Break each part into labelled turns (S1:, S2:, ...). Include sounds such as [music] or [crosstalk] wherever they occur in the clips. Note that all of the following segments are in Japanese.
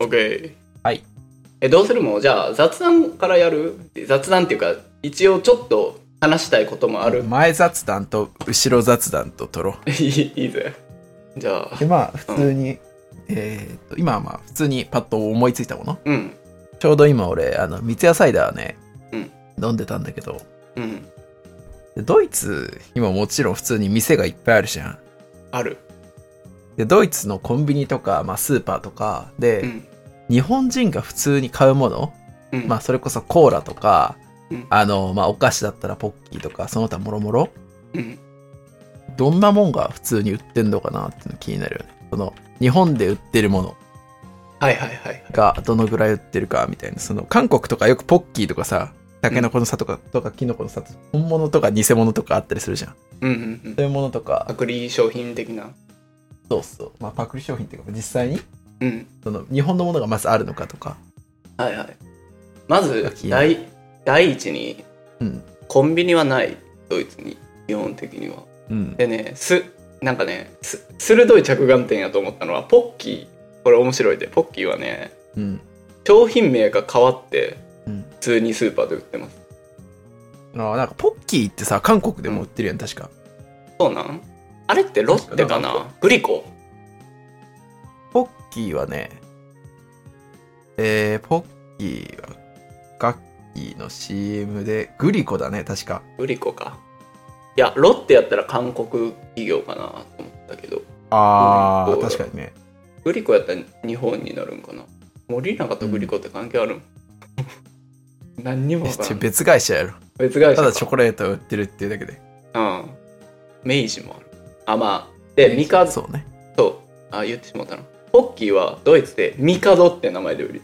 S1: OK
S2: はい
S1: えどうするもうじゃあ雑談からやる雑談っていうか一応ちょっと話したいこともある
S2: 前雑談と後ろ雑談と取ろ
S1: [laughs] いいいいぜじゃあ
S2: うでまあ普通に、えーっと今はまあ普通にパッと思いついたもの
S1: うん
S2: ちょうど今俺あの三ツ矢サイダーね、
S1: うん
S2: 飲んでたんだけど
S1: うん
S2: でドイツ今もちろん普通に店がいっぱいあるじゃん
S1: ある
S2: でドイツのコンビニとか、まあ、スーパーとかで、
S1: うん
S2: 日本人が普通に買うもの、
S1: うん
S2: まあ、それこそコーラとか、
S1: うん
S2: あの、まあ、お菓子だったらポッキーとか、その他もろもろ、
S1: うん
S2: どんなもんが普通に売ってんのかなっていうの気になるよね。その、日本で売ってるもの
S1: はいはいはい
S2: がどのぐらい売ってるかみたいな、その、韓国とかよくポッキーとかさ、タケノコの砂とか、とかキノコの砂とか、本物とか偽物とかあったりするじゃん。そ
S1: うんうんうん
S2: ういうものとか、
S1: 隔離商品的な
S2: そうそう、まあ、パクリ商品っていうか、実際に、
S1: うん
S2: その、日本のものがまずあるのかとか、
S1: はいはいまず
S2: 秋山
S1: 第第一に
S2: うん、
S1: コンビニはないドイツに基本的には
S2: うん、
S1: でねすなんかねす鋭い着眼点やと思ったのはポッキーこれ面白いでポッキーはね
S2: うん、
S1: 商品名が変わって
S2: うん。
S1: 普通にスーパーで売ってます
S2: ああなんかポッキーってさ韓国でも売ってるやん確か
S1: そうなんあれってロッテかなグリコ
S2: ポッキーはねえー、ポッキーはガッキーの CM でグリコだね確か
S1: グリコかいやロッテやったら韓国企業かなと思ったけど
S2: あ
S1: グリ
S2: ー
S1: コ
S2: 確かにね
S1: グリコやったら日本になるんかな森永とグリコって関係あるん、 [laughs] 何にも分か
S2: え
S1: らん
S2: 別会社やろ
S1: 別会社
S2: た
S1: か
S2: だチョコレートを売ってるっていうだけで
S1: うん明治もあるあまあでミカド
S2: そうね
S1: そうあ言ってしまったなポッキーはドイツでミカドって名前で売るよ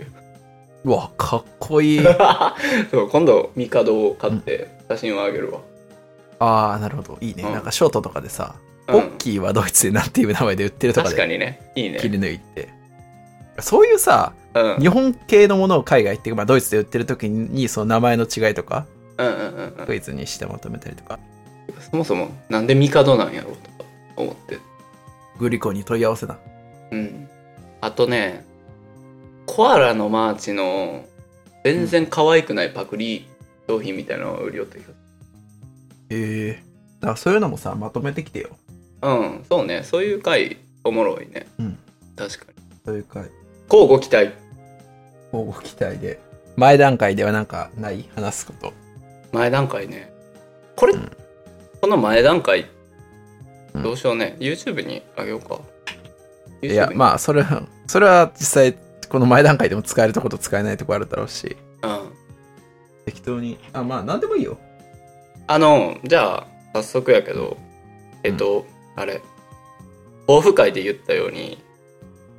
S2: うわかっこいい
S1: [laughs] そう今度ミカドを買って写真をあげるわ、
S2: ああなるほどいいね、
S1: うん
S2: なんかショートとかでさ
S1: うん
S2: ポッキーはドイツでなんていう名前で売ってるとか
S1: 確か
S2: で
S1: にねいいね
S2: 切り抜いてそういうさ
S1: うんうん
S2: 日本系のものを海外っていうか、まあ、ドイツで売ってる時にその名前の違いとか
S1: うんうんうん
S2: クイズにしてまとめたりとか
S1: そもそもなんでミカドなんやろうとか思って
S2: グリコに問い合わせだ
S1: うんあとねコアラのマーチの全然可愛くないパクリ商品みたいなのを売りよったけど
S2: へえだからそういうのもさまとめてきてよ
S1: うんそうねそういう回おもろいね
S2: うん
S1: 確かに
S2: そういう回
S1: 交互期待
S2: をご期待で前段階ではなんかない話すこと
S1: 前段階ねこれ、
S2: うん
S1: この前段階
S2: うん
S1: どうしようね、YouTube にあげようか
S2: いや
S1: あ
S2: まあそれはそれは実際この前段階でも使えるとこと使えないとこあるだろうし
S1: うん
S2: 適当にあまあ何でもいいよ
S1: あのじゃあ早速やけどえっと、あれ抱負会で言ったように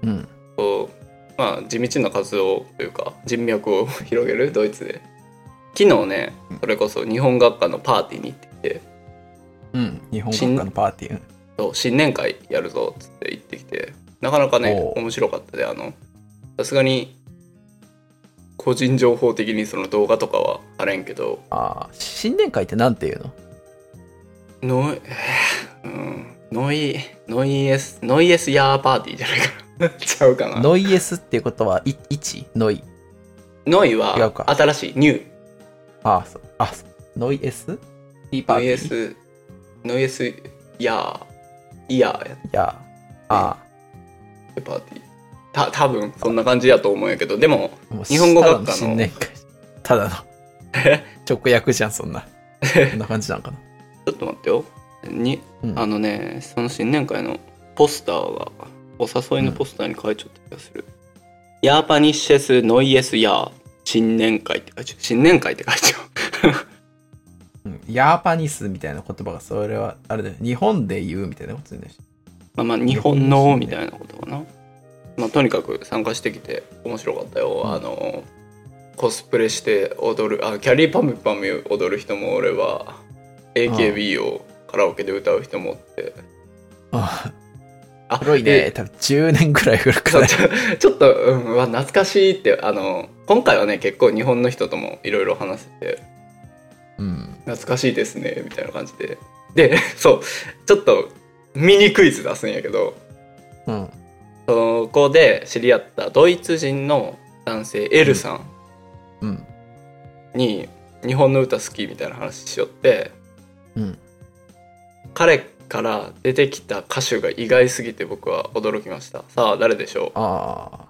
S2: うん
S1: こうまあ地道な活動というか人脈を広げるドイツで昨日ねそれこそ日本学科のパーティーに行ってきて
S2: うん日本国家のパーティー
S1: そう新年会やるぞっつって行ってきてなかなかね
S2: おう
S1: 面白かったであのさすがに個人情報的にその動画とかはあれんけど
S2: ああ新年会ってなんていうの
S1: ノイ、えーうん、ノイノイエスノイエスヤーパーティーじゃないか
S2: [laughs]
S1: なちゃうかな
S2: ノイエスっていうことは1ノイ
S1: ノイ
S2: 違う
S1: は
S2: か
S1: 新しいニュー
S2: ああそうあそうノイエスティーパー
S1: ノ
S2: テ
S1: イ
S2: ィ
S1: エ
S2: ー
S1: スノイエスヤーイヤーやっ
S2: いやあ
S1: てパーティーた多分そんな感じやと思うんやけどでも
S2: あもう
S1: 日本語学科の
S2: ただ新年会ただの直訳じゃんそんなそんな感じなんかな
S1: ちょっと待ってよに
S2: うん
S1: あのね、その新年会のポスターが、お誘いのポスターに書いちゃった気がする。ヤーパニッシェスノイエスヤー新年会って書いちゃう。新年会って書いちゃ
S2: うんヤーパニスみたいな言葉がそれはあれだよね日本で言うみたいなことになるし
S1: う。まあまあ、日本のみたいなことかな。まあ、とにかく参加してきて面白かったよ。
S2: うん
S1: あの、コスプレして踊る、あ、キャリーパムパム踊る人もおれば、AKB をカラオケで歌う人もおって。
S2: あ
S1: あ、
S2: 黒い
S1: で
S2: ね多分10年ぐらい古く
S1: そ
S2: な
S1: う
S2: い
S1: ちょ [laughs] ちょっと、うん、うわ懐かしいってあの今回はね結構日本の人ともいろいろ話せて
S2: うん
S1: 懐かしいですねみたいな感じででそうちょっとミニクイズ出すんやけど
S2: うん
S1: そこで知り合ったドイツ人の男性 L さん
S2: うん
S1: に「日本の歌好き」みたいな話しよって
S2: うん
S1: 彼から出てきた歌手が意外すぎて僕は驚きましたさあ誰でしょう
S2: ああ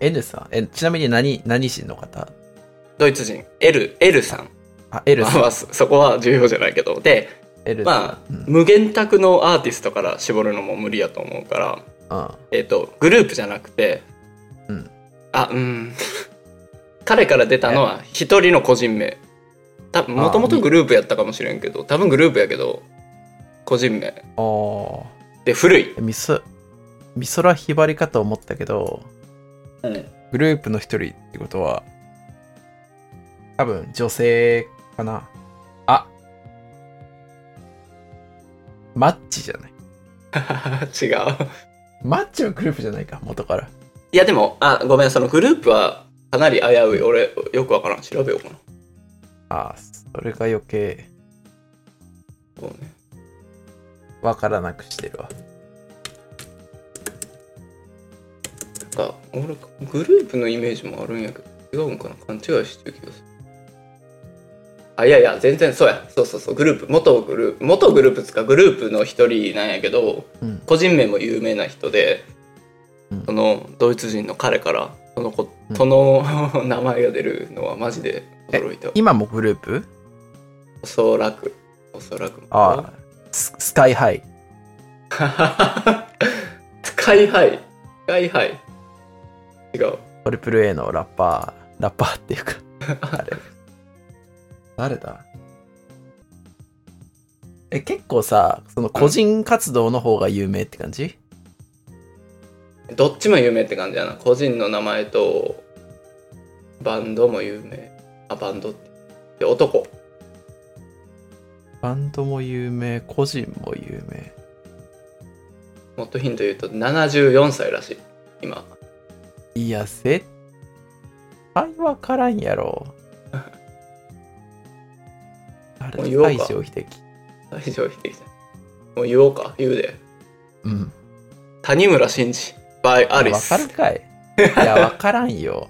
S2: N さんえちなみに何何人の方
S1: ドイツ人 L, L さん
S2: あ L
S1: まあ
S2: さん
S1: まあそそこは重要じゃないけどで
S2: L さん
S1: まあ無限卓のアーティストから絞るのも無理やと思うから
S2: あ
S1: えっ、とグループじゃなくて
S2: うん
S1: あうん [laughs] 彼から出たのは一人の個人名多分もともとグループやったかもしれんけど多分グループやけど個人名
S2: あー
S1: で古い、
S2: ミソ美空ひばりかと思ったけど
S1: [laughs]
S2: グループの一人ってことは多分女性かなあマッチじゃない
S1: 違う
S2: マッチはグループじゃないか元から
S1: いやでもあごめんそのグループはかなり危うい俺よくわからん調べようかな
S2: ああそれが余計
S1: そうね
S2: わからなくしてるわ
S1: なんか俺グループのイメージもあるんやけど違うんかな勘違いしてる気がするあいやいや全然そうやそうそうそうグループ元グループ元グループっつうかグループの一人なんやけど
S2: うん
S1: 個人名も有名な人で、
S2: うん
S1: そのドイツ人の彼からそのこ
S2: うん
S1: その [laughs] 名前が出るのはマジで驚いた
S2: 今もグループ
S1: おそらくおそらく
S2: ああススカイハイ
S1: あ [laughs] スカイハイスカイハイ違う
S2: トリプル a のラッパーラッパーっていう [laughs] かあれ誰だえ結構さその個人活動の方が有名って感じ、
S1: どっちも有名って感じやな個人の名前とバンドも有名あバンドってで男
S2: バンドも有名個人も有名
S1: もっとヒント言うと74歳らしい今
S2: いや絶対わからんや [laughs] ろあ
S1: もう
S2: れ
S1: 言おうか
S2: 大将秀樹
S1: 大丈夫秀樹さんもう言おうか言うで
S2: うん
S1: 谷村新司 by アリ
S2: わ
S1: ス
S2: かるかいいや、わからんよ。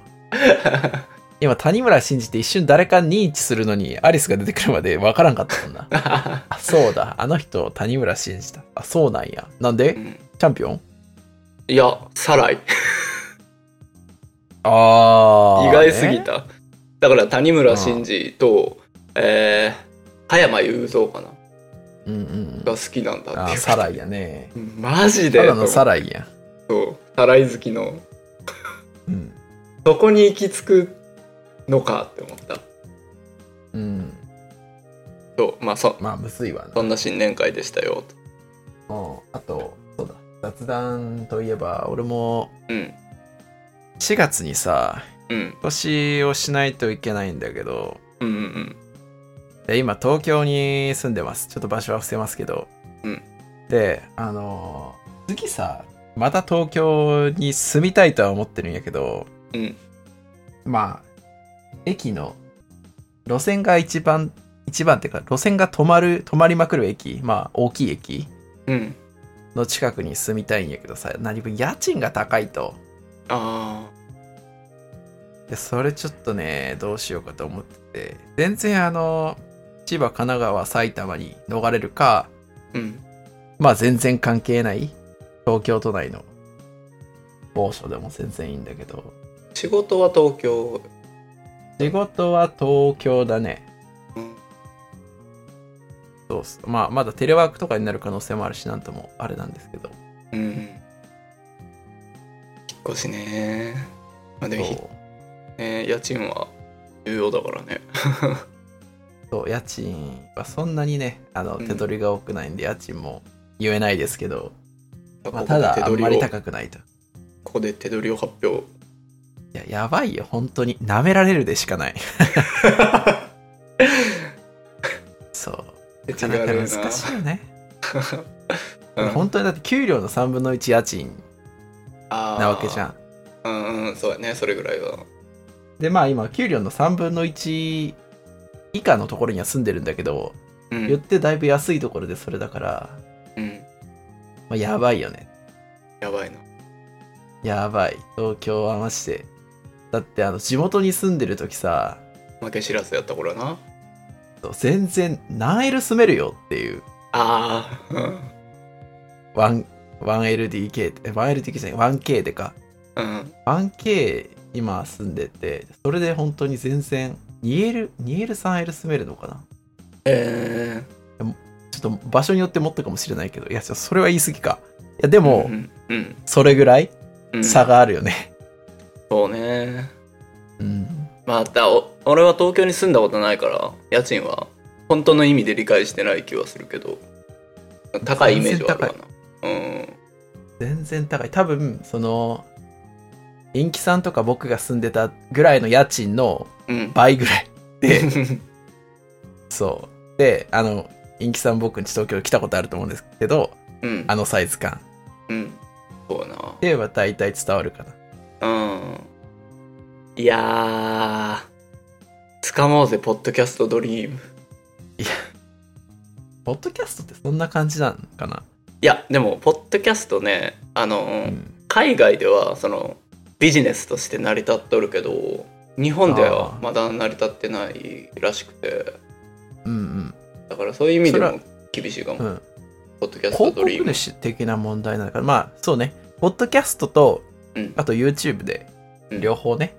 S2: 今、谷村信じて一瞬誰か認知するのに、アリスが出てくるまでわからんかったもんな。あ、そうだ。あの人、谷村信じた。あ、そうなんや。なん
S1: [laughs]
S2: で、
S1: うん
S2: チャンピオン
S1: いやサライ
S2: あ
S1: 意外すぎ
S2: た。
S1: た、だから谷村新司とえー、葉山雄三かな
S2: うんうん。
S1: が好きなんだっ
S2: あ
S1: てい
S2: ー、
S1: う
S2: サライやね。
S1: マジで
S2: ただのサライや。
S1: そうサライ好きの
S2: うん。
S1: どこに行き着くのかって思った
S2: うん。
S1: そうまあそ
S2: まあ、むずいわな。
S1: そんな新年会でしたよと
S2: うん。あと、そうだ。雑談といえば、俺も
S1: うん
S2: 4月にさ、
S1: うん
S2: 今年をしないといけないんだけど、
S1: うんうん
S2: で今東京に住んでますちょっと場所は伏せますけど、
S1: うん
S2: であのー次さまた東京に住みたいとは思ってるんやけど、
S1: うん
S2: まあ駅の路線が一番一番っていうか路線が止まる止まりまくる駅まあ大きい駅
S1: うんうん
S2: の近くに住みたいんやけどさ何分家賃が高いと
S1: あ
S2: でそれちょっとねどうしようかと思ってて全然あの千葉神奈川埼玉に逃れるか
S1: あうん
S2: まあ全然関係ない東京都内の某所でも全然いいんだけど
S1: 仕事は東京
S2: 仕事は東京だね
S1: うん
S2: そうっすまあまだテレワークとかになる可能性もあるしなんともあれなんですけど
S1: うん引っ越しねまあでもひ、
S2: そう
S1: ね、家賃は重要だからね
S2: そう家賃はそんなにねあの
S1: うん
S2: 手取りが多くないんで家賃も言えないですけど、まあ、
S1: ここ
S2: た
S1: で
S2: だあんまり
S1: を
S2: 高くないとい
S1: ここで手取りを発表
S2: ややばいよ本当に舐められるでしかない
S1: [laughs]
S2: そうな
S1: 手
S2: か
S1: 違
S2: な
S1: が
S2: か
S1: れる
S2: 難
S1: な
S2: しいよね
S1: うん
S2: 本当にだって給料の3分の1家賃
S1: あー
S2: なわけじゃん
S1: うんうんそうやねそれぐらいは
S2: でまあ今給料の3分の1以下のところには住んでるんだけど、
S1: う
S2: 言っ
S1: ん、
S2: てだいぶ安いところでそれだから、
S1: うん、
S2: まあ、やばいよね
S1: やばいな
S2: やばい。東京はマジで。だって、あの、地元に住んでる時さ、
S1: 負け知らずやった頃な
S2: 全然何 L 住めるよっていう。
S1: ああ
S2: 1- 1LDK え 1LDK じゃない 1K でか
S1: うん
S2: 1K 今住んでてそれで本当に全然 2L2L3L 住めるのかな
S1: え
S2: ちょっと場所によってもっとかもしれないけどいやちょそれは言い過ぎかいやで
S1: ー、
S2: も
S1: うんうん、
S2: それぐらい
S1: うん、
S2: 差があるよね
S1: そうね
S2: うん
S1: まあだお俺は東京に住んだことないから家賃は本当の意味で理解してない気はするけど高いイメージはあるかなうん
S2: 全然高い多分その陰気さんとか僕が住んでたぐらいの家賃の
S1: うん
S2: 倍ぐらいで [laughs]
S1: う
S2: そうであの陰気さん僕んち東京来たことあると思うんですけど
S1: ん
S2: あのサイズ感
S1: うんそうな
S2: では大体伝わるかな
S1: うんいやーつかもうぜポッドキャストドリーム
S2: ポッドキャストってそんな感じなのかない
S1: やでもポッドキャストねあの、
S2: うん。
S1: 海外ではそのビジネスとして成り立っとるけど日本では
S2: あー
S1: まだ成り立ってないらしくて
S2: うん
S1: だからそういう意味で
S2: それ
S1: も厳しいかも、
S2: うん。うん。
S1: ポッドキャスト
S2: 広
S1: ド
S2: 告
S1: リーム
S2: 主的な問題なのかなまあ、そうね。ポッドキャストと、
S1: うん
S2: あと YouTube で、
S1: うん
S2: 両方ね、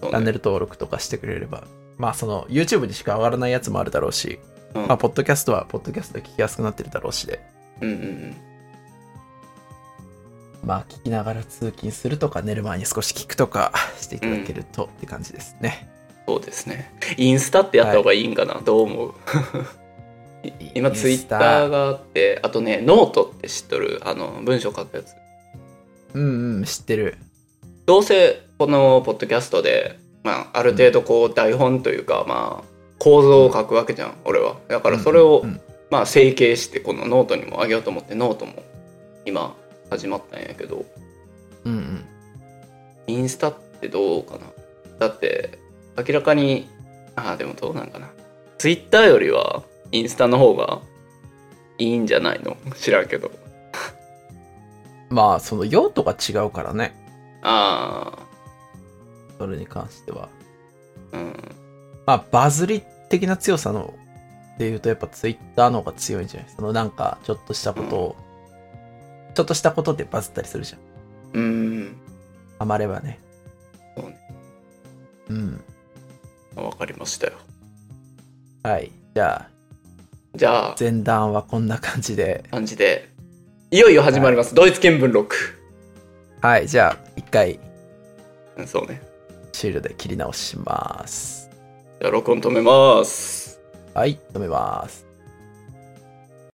S1: そう
S2: チャンネ
S1: ね
S2: ル登録とかしてくれれば。まあ、その、YouTube にしか上がらないやつもあるだろうし、
S1: うん
S2: まあ、ポッドキャストは、ポッドキャストで聞きやすくなってるだろうしで。
S1: うんうんうん
S2: まあ、聞きながら通勤するとか、寝る前に少し聞く
S1: [laughs]
S2: とかしていただけると、って感じですね。
S1: そうですねインスタってやった方がいいんかな、どう思う今ツイッター
S2: が。
S1: があってあとねノートって知っとるあの文章書くやつ
S2: うんうん、知ってる。
S1: どうせこのポッドキャストで、まあ、ある程度こう台本というか、まあ構造を書くわけじゃん俺はだからそれを、
S2: うんうん
S1: まあ、整形してこのノートにもあげようと思ってノートも今始まったんやけど
S2: うんうん。
S1: インスタってどうかなだって明らかにああでもどうなんかなツイッターよりはインスタの方がいいんじゃないの知らんけど
S2: まあ、その用途が違うからね。
S1: あ
S2: それに関しては。
S1: あうん
S2: まあ、バズり的な強さの、で言うとやっぱツイッターの方が強いんじゃないそのなんか、ちょっとしたことを、ちょっとしたことでバズったりするじゃん。
S1: うん
S2: ハマればね。
S1: そうね
S2: うん。
S1: わかりましたよ
S2: はい。じゃ
S1: じゃあ
S2: あ、前段はこんな感じで。
S1: 感じでいよいよ始まります、ドイツ見聞録
S2: はい。じゃあ、一回、
S1: うんそうね
S2: シールで切り直します。
S1: じゃあ録音止めます
S2: はい。止めます。